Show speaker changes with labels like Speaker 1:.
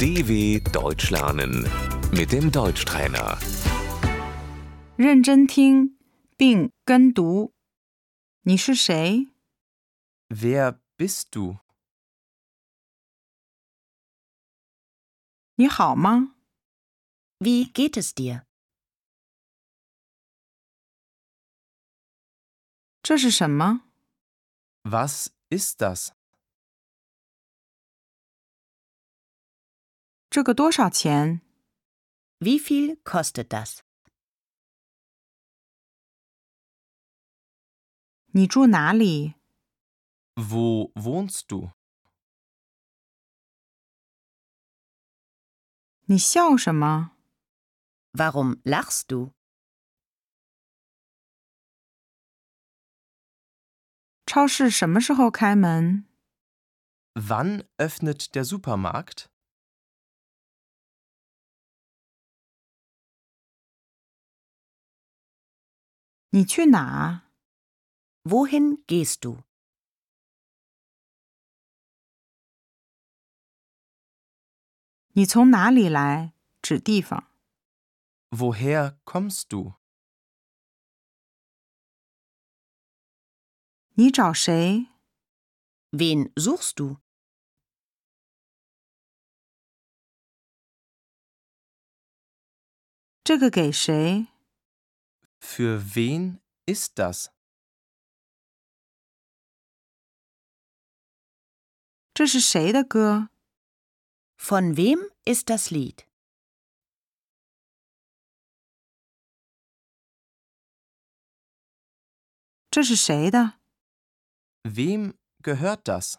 Speaker 1: DW Deutsch lernen mit dem Deutschtrainer.
Speaker 2: 认真听并跟读。你是谁？
Speaker 3: Wer bist du?
Speaker 2: 你好吗？
Speaker 4: Wie geht es dir?
Speaker 2: 这是什么？
Speaker 3: Was ist das?
Speaker 2: 这个多少钱？
Speaker 4: Wie viel kostet das?
Speaker 2: 你住哪里？
Speaker 3: Wo wohnst du?
Speaker 2: 你笑什么？
Speaker 4: Warum lachst du?
Speaker 2: 超市什么时候开门？
Speaker 3: Wann öffnet der Supermarkt?
Speaker 2: 你去哪？
Speaker 4: Wohin gehst du?
Speaker 2: 你从哪里来？指地方。
Speaker 3: Woher kommst du?
Speaker 2: 你找谁？
Speaker 4: Wen suchst du?
Speaker 2: 这个给谁？
Speaker 3: Für wen ist das?
Speaker 2: 这是谁的歌？
Speaker 4: Von wem ist das Lied?
Speaker 2: 这是谁的？
Speaker 3: Wem gehört das?